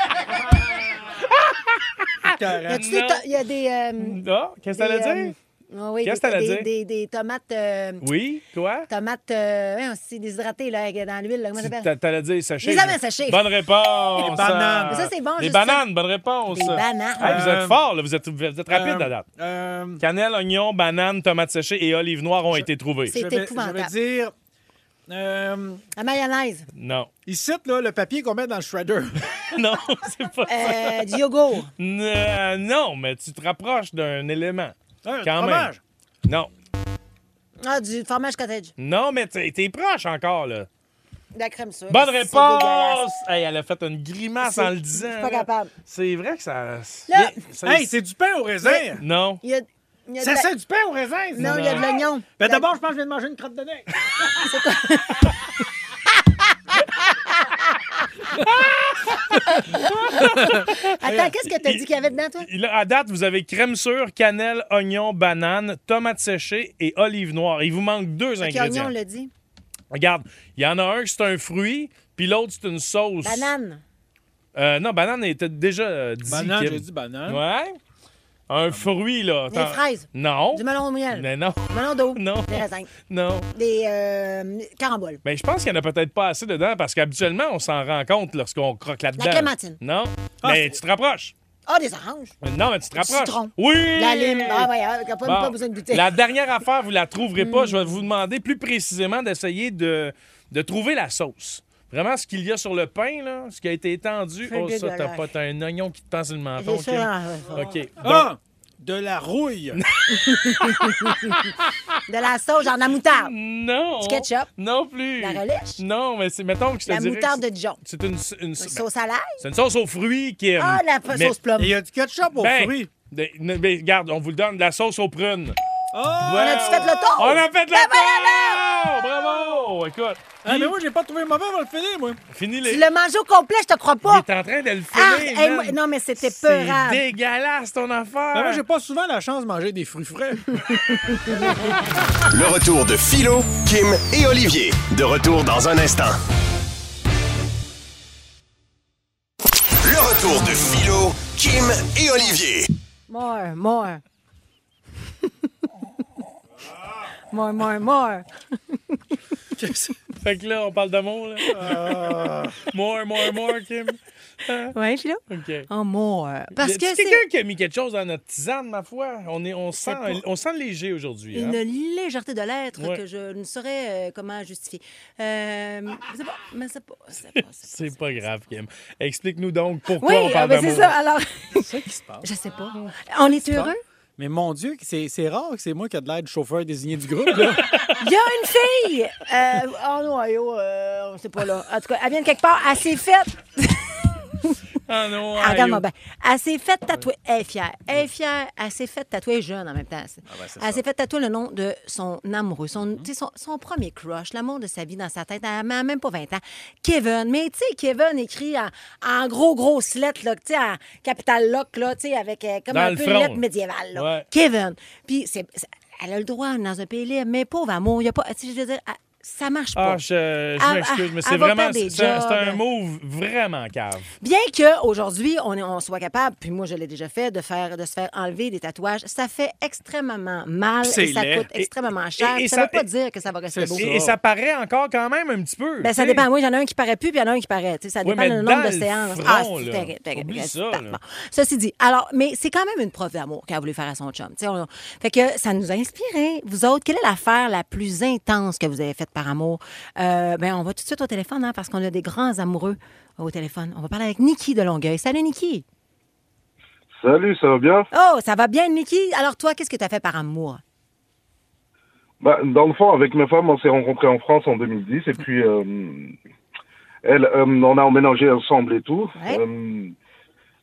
D: Y
C: Écœurant.
D: a-tu des
B: Non.
D: to- Il y a des... euh,
B: Ah, qu'est-ce que
D: des,
B: t'allais
D: euh,
B: dire?
D: ah oui, des-
B: Qu'est-ce que t'allais
D: des-
B: dire?
D: Des des tomates... euh,
B: Oui, toi?
D: Tomates... euh, hein, C'est déshydraté, là, dans l'huile. là, Comment ça
B: Tu-
D: s'appelle?
B: t'a- T'allais dire sachet.
D: Les amènes séchées.
B: Bonne réponse.
C: Les bananes.
D: Mais ça, c'est bon,
B: Les
D: juste
B: bananes, bonne réponse.
D: Des bananes.
B: Hey, vous
C: Euh,
B: êtes fort, là. Vous êtes, vous êtes rapide à
C: Euh,
B: date.
C: euh,
B: Cannelle, oignon, banane, tomate séchée et olive noire ont été trouvées.
D: C'est
C: je vais-
D: épouvantable.
C: Je vais dire. euh,
D: La mayonnaise.
B: Non.
C: ici, là, le papier qu'on met dans le shredder.
B: Non, c'est pas ça.
D: Euh, du yogourt.
B: Euh, non, mais tu te rapproches d'un élément.
C: Un
B: Quand même.
C: fromage.
B: Non.
D: Ah, du fromage cottage.
B: Non, mais t'es t'es proche encore, là.
D: De la crème sûre.
B: Bonne
D: C'est
B: réponse!
D: dégueulasse.
B: Hey, elle a fait une grimace
D: C'est-
B: en le disant.
D: je suis pas
B: là.
D: capable.
B: C'est vrai que ça.
D: Là-
B: ça-
C: Hey, c'est du pain au raisin.
B: Non.
D: Il y a, il y a de
C: Ça,
D: la-
C: c'est du pain au raisin. ça.
D: Non, il y a de l'oignon.
C: Ben
D: La-
C: d'abord, je pense que je viens de manger une crotte de nez.
D: Attends, qu'est-ce que t'as dit qu'il y avait dedans, toi?
B: Là, à date, vous avez crème sûre, cannelle, oignon, banane, tomate séchée et olive noire. Il vous manque deux
D: Ok,
B: ingrédients.
D: oignon, on l'a dit.
B: Regarde, il y en a un que c'est un fruit, puis l'autre c'est une sauce.
D: Banane.
B: Euh, non, banane était déjà euh, dit.
C: Banane,
B: Kim.
C: j'ai dit banane. Ah
B: Ouais. Un fruit, là.
D: Des
B: T'en-
D: fraises.
B: Non.
D: Du melon au miel.
B: Mais non,
D: Du melon d'eau.
B: Non.
D: Des raisins.
B: non.
D: Des euh, caramboles.
B: Mais je pense qu'il n'y en a peut-être pas assez dedans parce qu'habituellement, on s'en rend compte lorsqu'on croque là-dedans.
D: La clémentine.
B: Non.
C: Ah,
B: mais tu te rapproches.
D: Ah, des oranges.
B: Non, mais tu te rapproches.
D: citron.
B: Oui!
D: De La lime. Ah, ouais, ah, pas,
B: Bon.
D: pas besoin de goûter. Mm.
B: La dernière affaire, vous la trouverez pas. Je vais vous demander plus précisément d'essayer de, de trouver la sauce. Vraiment, ce qu'il y a sur le pain, là, ce qui a été étendu.
D: C'est
B: Oh, ça, t'as
D: dégueulasse.
B: pas t'as un oignon qui te tend sur le
D: J'ai
B: menton.
D: ça hein,
B: Kim.
D: dans-
B: OK. Donc,
C: Ah! De la rouille.
D: De la sauce, en la moutarde.
B: non.
D: Du ketchup.
B: Non plus.
D: La relish.
B: Non, mais c'est, mettons que je te
D: La
B: dirais que
D: moutarde
B: c'est-
D: de Dijon.
B: C'est une, une,
D: Une sauce à l'ail.
B: c'est une sauce aux fruits qui est.
D: Ah, la p-
B: mais-
D: sauce plum.
C: Et il y a du ketchup aux
B: ben,
C: fruits.
B: de- ne- mais regarde, on vous le donne, de la sauce aux prunes.
C: Ah!
B: Ouais.
D: a-tu fait le tour?
B: On a fait le
D: Ben,
B: tour! Bravo! Écoute,
C: Ah, mais moi, j'ai pas trouvé mauvais avant le finir, moi.
D: Tu
B: finis-les.
D: l'as mangé au complet, je te crois
B: Il
D: pas.
B: est en train de le finir.
D: Ah, hey,
B: man.
D: moi- non, mais c'était
B: C'est
D: peurable.
B: dégueulasse ton affaire.
C: Ben, moi, j'ai pas souvent la chance de manger des fruits frais.
A: Le retour de Philo, Kim et Olivier. De retour dans un instant. Le retour de Philo, Kim et Olivier.
D: More, more. more, more, more.
B: Fait que là, on parle d'amour. Là.
D: Ah.
B: More, more, more, Kim.
D: Oui, Philo?
B: OK.
D: Oh, more. Parce
B: Y a-t-il
D: que
B: quelqu'un
D: c'est
B: qui a mis quelque chose dans notre tisane, ma foi. On, est, on, sent,
D: pas-
B: on sent léger aujourd'hui. hein?
D: une légèreté de l'être
B: Ouais.
D: que je ne saurais euh, comment justifier. Euh, c'est pas, mais c'est pas, c'est pas, c'est pas.
B: C'est pas grave, Kim. Explique-nous donc pourquoi
D: Oui,
B: on
D: ah,
B: parle
D: ben,
B: d'amour. Ah.
D: c'est ça. Alors,
C: C'est ça qui se passe.
D: je sais pas. On est heureux?
C: Mais mon Dieu, c'est c'est rare que c'est moi qui a de l'air du chauffeur désigné du groupe. là.
D: Il y a une fille! Euh, en Ohio, euh, on sait pas là. En tout cas, elle vient de quelque part, elle s'est faite.
B: Ah non,
D: Ah, Regarde-moi
B: aïe.
D: bien. Elle s'est faite
J: Ah,
D: tatouer. Elle est fière. Elle est fière. Elle s'est faite tatouer jeune en même temps.
J: ben, c'est
D: elle
J: ça. Mm-hmm.
D: s'est fait tatouer le nom de son amoureux, son, tu sais, son, son premier crush, l'amour de sa vie dans sa tête. Elle n'a même pas 20 ans. Kevin. Mais tu sais, Kevin écrit en, en gros, gros lettres, là, tu sais, en capital lock, là, tu sais, avec euh, comme
J: Dans
D: un
J: le
D: peu
J: front,
D: une lettre
J: là.
D: médiévale. là.
J: Ouais.
D: Kevin. Puis c'est- c'est- elle a le droit dans un pays libre, mais pauvre amour, il n'y a pas. Tu sais, je veux dire, elle- ça marche pas.
B: Ah, je, je
D: Elle-
B: m'excuse,
D: elle-
B: mais
D: elle
B: c'est
D: va
B: vraiment.
D: perdre des
B: C'est c'est un,
D: jobs.
B: c'est un move vraiment cave.
D: Bien qu'aujourd'hui, on, est- on soit capable, puis moi je l'ai déjà fait, de, faire, de se faire enlever des tatouages, ça fait extrêmement mal
B: Puis c'est
D: et ça
B: laid.
D: coûte
B: Et-
D: extrêmement cher.
B: et- et
D: ça
B: ça-
D: ne veut pas
B: et-
D: dire que ça va rester beau.
B: Et, et ça paraît encore quand même un petit peu.
D: Ben, ça
B: tu sais.
D: dépend. Moi, j'en ai un qui paraît plus, puis il y en a un qui paraît. Tu sais, ça
B: Oui,
D: dépend
B: mais
D: du
B: dans
D: nombre de
B: le
D: séances. Ah,
B: front,
D: c'est-
B: là.
D: t'inquiète, t'inquiète,
B: Oublie
D: t'inquiète,
B: ça, là.
D: totalement. Ceci dit, alors, mais c'est quand même une preuve d'amour qu'elle a voulu faire à son chum. Tu sais, on- Fait que ça nous a inspiré. Vous autres, quelle est l'affaire la plus intense que vous avez faite par amour? Euh, ben, on va tout de suite au téléphone, hein, parce qu'on a des grands amoureux au téléphone. On va parler avec Nikki de Longueuil. Salut, Nikki.
K: Salut, ça va bien?
D: Oh, ça va bien, Nikki. Alors, toi, qu'est-ce que tu as fait par amour?
K: Bah, dans le fond, avec ma femme, on s'est rencontrés en France en 2010 et puis euh, elle, euh, on a emménagé ensemble et tout. Euh,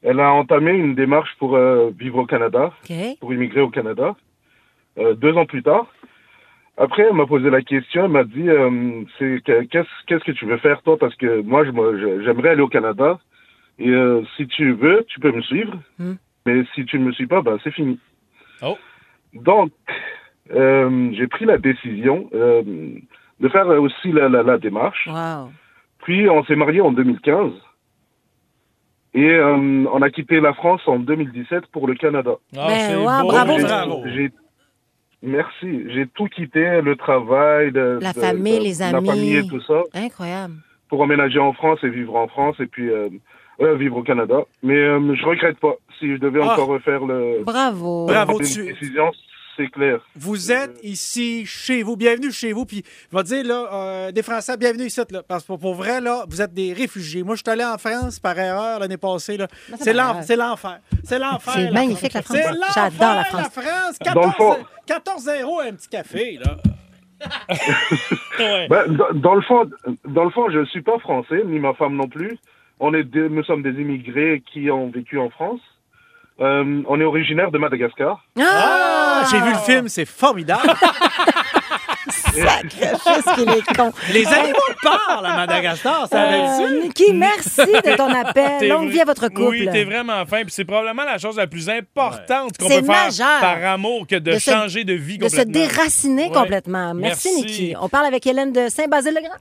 K: elle a entamé une démarche pour euh, vivre au Canada, pour immigrer au Canada, euh, deux ans plus tard. Après, elle m'a posé la question, elle m'a dit, euh, c'est que- qu'est-ce qu'est-ce que tu veux faire toi Parce que moi, je me- je- j'aimerais aller au Canada et euh, si tu veux, tu peux me suivre.
D: Hmm.
K: Mais si tu ne me suis pas, bah, c'est fini.
B: Oh.
K: Donc, euh, j'ai pris la décision euh, de faire aussi la, la- la démarche.
D: Wow.
K: Puis, on s'est mariés en 2015. Et euh, on a quitté la France en 2017 pour le Canada.
B: Ah, Ben, c'est wow, beau. bravo,
K: J'ai-
B: bravo.
K: j'ai- Merci. J'ai tout quitté, le travail, de-
D: La
K: de-
D: famille,
K: de-
D: les
K: Euh, la famille et
D: amis.
K: tout ça,
D: Incroyable.
K: pour emménager en France et vivre en France et puis euh, euh, vivre au Canada. Mais euh, je regrette pas. Si je devais
C: Ah.
K: encore refaire le,
D: Bravo.
C: Bravo,
K: une
C: tu-
K: décision, c'est clair.
C: Vous êtes ici, chez vous. Bienvenue chez vous. Puis, je vais dire, là, euh, des Français, bienvenue ici. Là, parce que pour- pour vrai, là, vous êtes des réfugiés. Moi, je suis allé en France par erreur l'année passée. Là.
D: Ben, c'est
C: C'est
D: pas
C: l'en-
D: grave.
C: c'est l'enfer. C'est l'enfer.
D: C'est magnifique, la France.
C: C'est l'enfer,
D: J'adore la France.
K: Dans le fond-
C: 14 14-0 à un petit café, là.
K: Ben, dans, dans le fond, dans le fond, je ne suis pas français, ni ma femme non plus. On est des- nous sommes des immigrés qui ont vécu en France. Euh, on est originaire de Madagascar.
C: Ah! J'ai vu le film, c'est formidable.
D: Qu'est-ce qu'il est con.
C: Les animaux parlent à Madagascar, ça
D: Euh,
C: avait
D: Nikki, merci de ton appel.
B: T'es
D: Longue
B: vra-
D: vie à votre couple.
B: Oui, t'es vraiment fin. Puis c'est probablement la chose la plus importante qu'on
D: C'est
B: peut faire
D: majeur.
B: par amour que de,
D: De se-
B: changer de vie
D: de se
B: complètement.
D: déraciner
B: Ouais.
D: complètement. Merci,
B: Merci.
D: Nikki. On parle avec Hélène de Saint-Basile-le-Grand.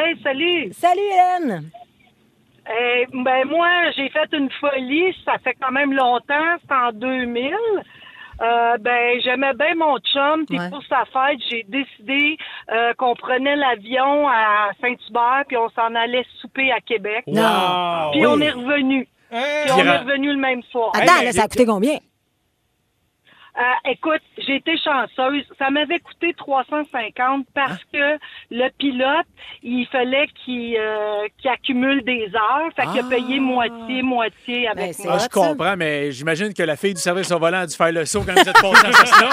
L: Hey, salut!
D: Salut, Hélène!
L: Eh, ben moi, j'ai fait une folie, ça fait quand même longtemps, c'est en 2000. Euh, ben j'aimais bien mon chum, puis
M: Ouais.
L: pour sa fête, j'ai décidé euh, qu'on prenait l'avion à Saint-Hubert, puis on s'en allait souper à Québec.
D: Wow!
L: Puis on
D: Oui. Hein?
L: est revenu. Puis on est
D: Pirate.
L: revenu le même soir.
D: Attends,
B: ben,
D: là, ça a coûté combien?
L: Euh, écoute, j'ai été chanceuse. Ça m'avait coûté 350 parce que le pilote, il fallait qu'il euh, qu'il accumule des heures. Fait qu'il a payé moitié, moitié avec moi.
C: Ah, je comprends, mais j'imagine que la fille du service au volant a dû faire le saut quand vous êtes passé en Tesla.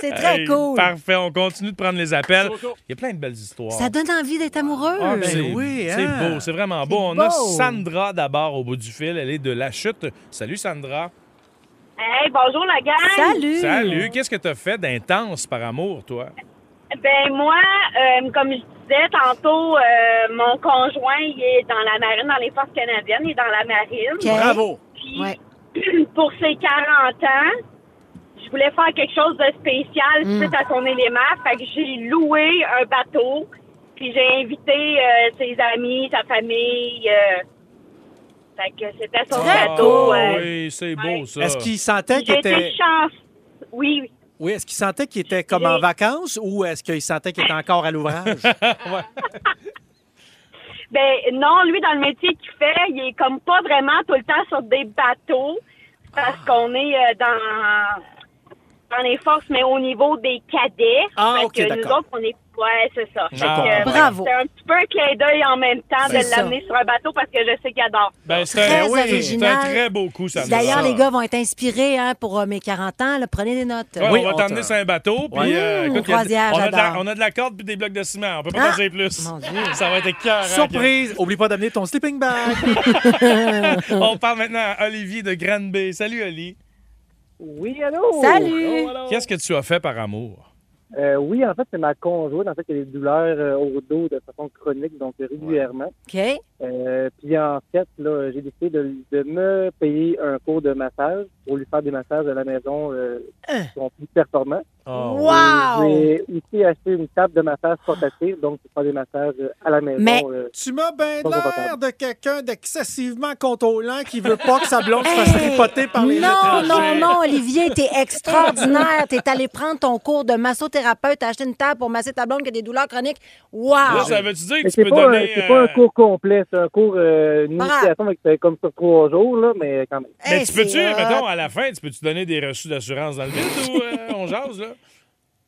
D: C'est très
B: Hey,
D: cool.
B: Parfait, on continue de prendre les appels. Il y a plein de belles histoires.
D: Ça donne envie d'être amoureux.
B: Ah, ben c'est- C'est
N: hein?
B: beau, c'est vraiment beau. On a
D: beau.
B: Sandra d'abord au bout du fil. Elle est de la chute. Salut Sandra.
M: Hey, bonjour la gang.
D: Mmh.
B: Salut. Qu'est-ce que t'as fait d'intense par amour, toi?
M: Ben moi, euh, comme je disais tantôt, euh, mon conjoint il est dans la marine, dans les forces canadiennes, il est dans la marine.
D: Ben
C: Bravo.
M: Puis, pour ses 40 ans, je voulais faire quelque chose de spécial
N: Mm.
M: suite à son élément. Fait que j'ai loué un bateau, puis j'ai invité euh, ses amis, sa famille. euh, fait que c'était son
B: Ah,
M: bateau. euh,
B: oui, c'est beau ça.
C: Est-ce qu'il sentait qu'il
M: J'ai
C: était.
M: été chance. Oui, oui.
C: Oui, est-ce qu'il sentait qu'il était comme en vacances ou est-ce qu'il sentait qu'il était encore à l'ouvrage?
M: Ben non, lui, dans le métier qu'il fait, il est comme pas
J: Ah.
M: vraiment tout le temps sur des bateaux parce qu'on est euh, dans en efforce, mais au niveau des cadets.
J: Ah,
M: Fait
J: ok,
M: que
J: d'accord.
M: Nous autres, on est. Ouais, c'est ça.
J: Je
M: Fait que,
J: comprends.
M: euh,
J: Bravo.
M: C'est un petit peu un clin d'œil en même temps
D: C'est
M: de
D: ça.
M: l'amener sur un bateau parce que je sais qu'il adore.
B: Ben, c'est
D: Très
B: un, oui, c'est un
D: original.
B: très beau coup, ça.
D: D'ailleurs, les
B: gars
D: gars vont être inspirés hein, pour euh, mes 40 ans. là, prenez des notes.
B: Ouais, on va t'emmener sur un bateau. Puis,
D: Ouais.
B: euh,
D: Mmh,
B: écoute, il y a-
D: croisière,
B: on, a de la,
D: j'adore.
B: on a de la corde puis des blocs de ciment. On peut
D: Ah!
B: pas passer plus. Ça va être écœurant.
C: Surprise! Oublie pas d'amener ton sleeping bag.
B: on part maintenant à Olivier de Grande Bay. Salut, Oli.
N: Oui,
B: Oh.
N: allô? Allô, allô?
B: Qu'est-ce que tu as fait par amour?
N: Euh, oui, en fait, c'est ma conjointe en fait, qui a des douleurs euh, au dos de façon chronique, donc euh, régulièrement.
D: OK.
N: Euh, puis en fait, là, j'ai décidé de, de me payer un cours de massage pour lui faire des massages à la maison euh,
I: Hein?
N: qui sont plus performants.
D: Oh. Wow!
N: Et J'ai aussi acheté une table de massage portative, donc pour faire des massages euh, à la maison. euh,
C: tu m'as bien
N: pas
C: l'air
N: confortable.
C: de quelqu'un d'excessivement contrôlant qui veut pas que sa blonde se fasse tripoter par les
D: Non,
C: étrangers.
D: non, non, Olivier, t'es extraordinaire. T'es allé prendre ton cours de massothérapeute, acheter une table pour masser ta blonde qui a des douleurs chroniques. Wow!
B: Là, ça veut-tu dire que
N: Mais
B: tu
N: c'est
B: peux
N: pas, un-
B: donner.
N: c'est
B: euh,
N: pas un cours complet, c'est un cours, euh, une
D: Bravo.
N: initiation, mais que c'est comme sur trois jours, là, mais quand même.
B: Mais tu peux-tu,
N: c'est hot.
B: mettons, à la fin, tu peux-tu donner des reçus d'assurance dans le vide ou euh, on jase, là?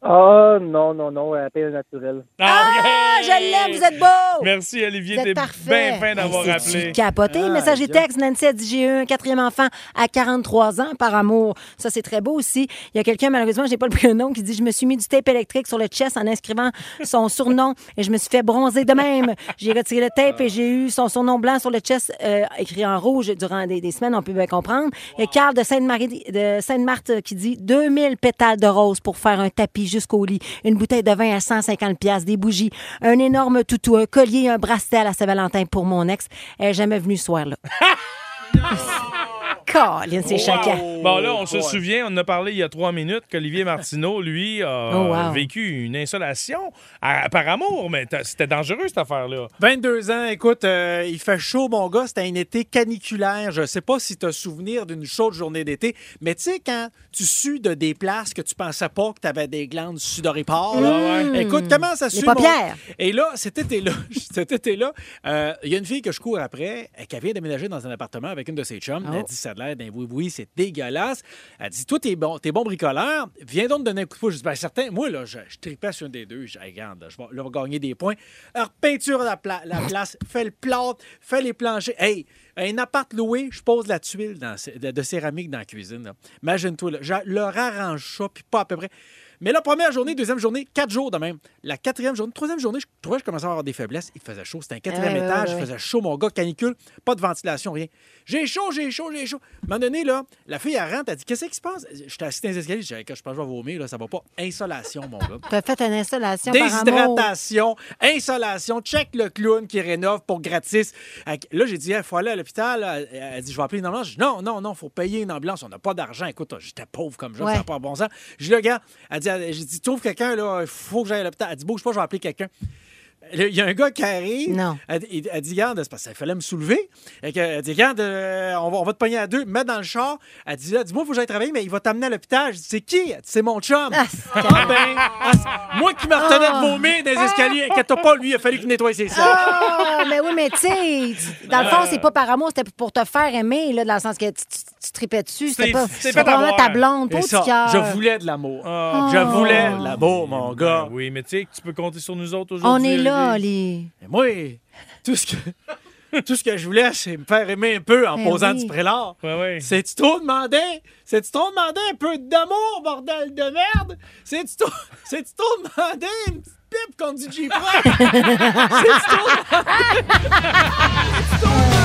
N: Ah, non, non, non, elle paye au naturel.
D: Ah, je l'aime, vous êtes beau!
B: Merci, Olivier.
D: Vous êtes
B: T'es
D: parfait.
B: bien fin d'avoir
D: Hey, c'est-tu
B: appelé.
D: capoté. Message et texte, Nancy a dit j'ai eu un quatrième enfant à 43 ans par amour. Ça, c'est très beau aussi. Il y a quelqu'un, malheureusement, j'ai pas le prénom, qui dit je me suis mis du tape électrique sur le chest en inscrivant son surnom et je me suis fait bronzer de même. J'ai retiré le tape et j'ai eu son surnom blanc sur le chest euh, écrit en rouge durant des, des semaines, on peut bien comprendre. Et Carl de Sainte-Marie, de Sainte-Marthe qui dit 2000 pétales de rose pour faire un tapis jusqu'au lit, une bouteille de vin à 150 pièces, des bougies, un énorme toutou, un collier, et un bracelet à la Saint-Valentin pour mon ex. Elle est jamais venue ce soir-là. Colin, c'est
B: Wow!
D: chacun.
B: Bon, là, on se souvient, on en a parlé il y a trois minutes qu'Olivier Martineau, lui, a
C: Oh, wow.
B: vécu une insolation à- par amour, mais t'as- c'était dangereux, cette affaire-là.
C: 22 ans, écoute, euh, il fait chaud, mon gars. C'était un été caniculaire. Je sais pas si tu as souvenir d'une chaude journée d'été, mais tu sais, quand tu sues de des places que tu pensais pas que tu avais des glandes sudoripores, là,
D: Mmh.
C: écoute, comment ça
D: Les
C: sue? mon-
D: paupières.
C: Et là, cet été-là, cet été-là, euh, il y a une fille que je cours après, euh, qui vient d'aménager dans un appartement avec une de ses chums. Elle
D: Oh.
C: dit, ça a l'air d'un oui, oui, c'est dégueulasse. Elle dit, toi, t'es bon, t'es bon bricoleur, viens donc me donner un coup de pouce. Je dis, ben, certain, moi, là, je, je tripais sur une des deux. Je dis, Hey, regarde, là, je vais, là, on va gagner des points. Alors, peinture la, pla- la place, fais le plâtre, fais les planchers. Hey, un appart loué, je pose la tuile dans cé- de, de céramique dans la cuisine. là. Imagine-toi, là, je leur arrange ça, puis pas à peu près. Mais la première journée, deuxième journée, quatre jours de même. La quatrième journée, troisième journée, je trouvais que je commençais à avoir des faiblesses. Il faisait chaud. C'était un quatrième
I: Ouais, ouais,
C: étage.
I: ouais,
C: Il
I: ouais.
C: faisait chaud, mon gars, canicule. Pas de ventilation, rien. J'ai chaud, j'ai chaud, j'ai chaud. À un moment donné, là, la fille, elle rentre. Elle dit Qu'est-ce qui se passe J'étais assis dans les escaliers. Je dis, Hey, Je pense que je vais vomir. Là, ça va pas. Insolation, mon gars.
D: T'as fait une installation par amour.
C: Déshydratation, insolation, check le clown qui rénove pour gratis. Euh, Là, j'ai dit, il faut aller à l'hôpital. Elle- Elle dit, je vais appeler une ambulance. Je dis, non, non, non, faut payer une ambulance. On n'a pas d'argent. Écoute, j'étais pauvre comme ça,
I: Ouais.
C: ça n'a pas de bon sens. Je dis, le gars, elle dit, elle- j'ai dit, trouve quelqu'un, là, il faut que j'aille à l'hôpital. Elle dit, bouge pas, je vais appeler quelqu'un. Là, Il y a un gars qui arrive. Elle, dit- elle dit, regarde, c'est parce qu'il fallait me soulever. Fait que, Elle dit, regarde, euh, on, va, on va te pogner à deux, me mettre dans le char. Elle dit, là, dis-moi, il faut que j'aille travailler, mais il va t'amener à l'hôpital. Je dis, c'est qui? Elle dit, c'est mon chum. Ah, ben, ah, c'est- moi qui me retenais de vomir dans les escaliers, inquiète-toi pas, lui, il a fallu qu'il nettoie ses salles.
D: Ah, mais oui, mais tu sais, tu- dans le fond, c'est pas par amour, c'était pour te faire aimer, là, dans le sens que tu, tu, tu tripais dessus. C'était
C: C'est-
D: pas
C: c'est
D: c'était
C: fait
D: pas vraiment
C: avoir.
D: ta blonde,
C: Et
D: pour
C: ça,
D: du cœur. Ah.
C: je voulais de l'amour. Je voulais de l'amour, mon gars.
B: Ah, Ben Oui, mais tu sais que tu peux compter sur nous autres
D: On
B: aujourd'hui.
D: est là,
B: Olivier.
D: les.
C: Mais moi, tout ce que, tout ce que je voulais, c'est me faire aimer un peu en
D: Ben
C: posant
D: oui.
C: du prélat. C'est-tu trop demandé? C'est-tu trop demandé un peu d'amour, bordel de merde? C'est-tu trop, c'est-tu trop demandé une petite pipe contre du J-Pro? C'est-tu trop demandé? C'est-tu trop demandé?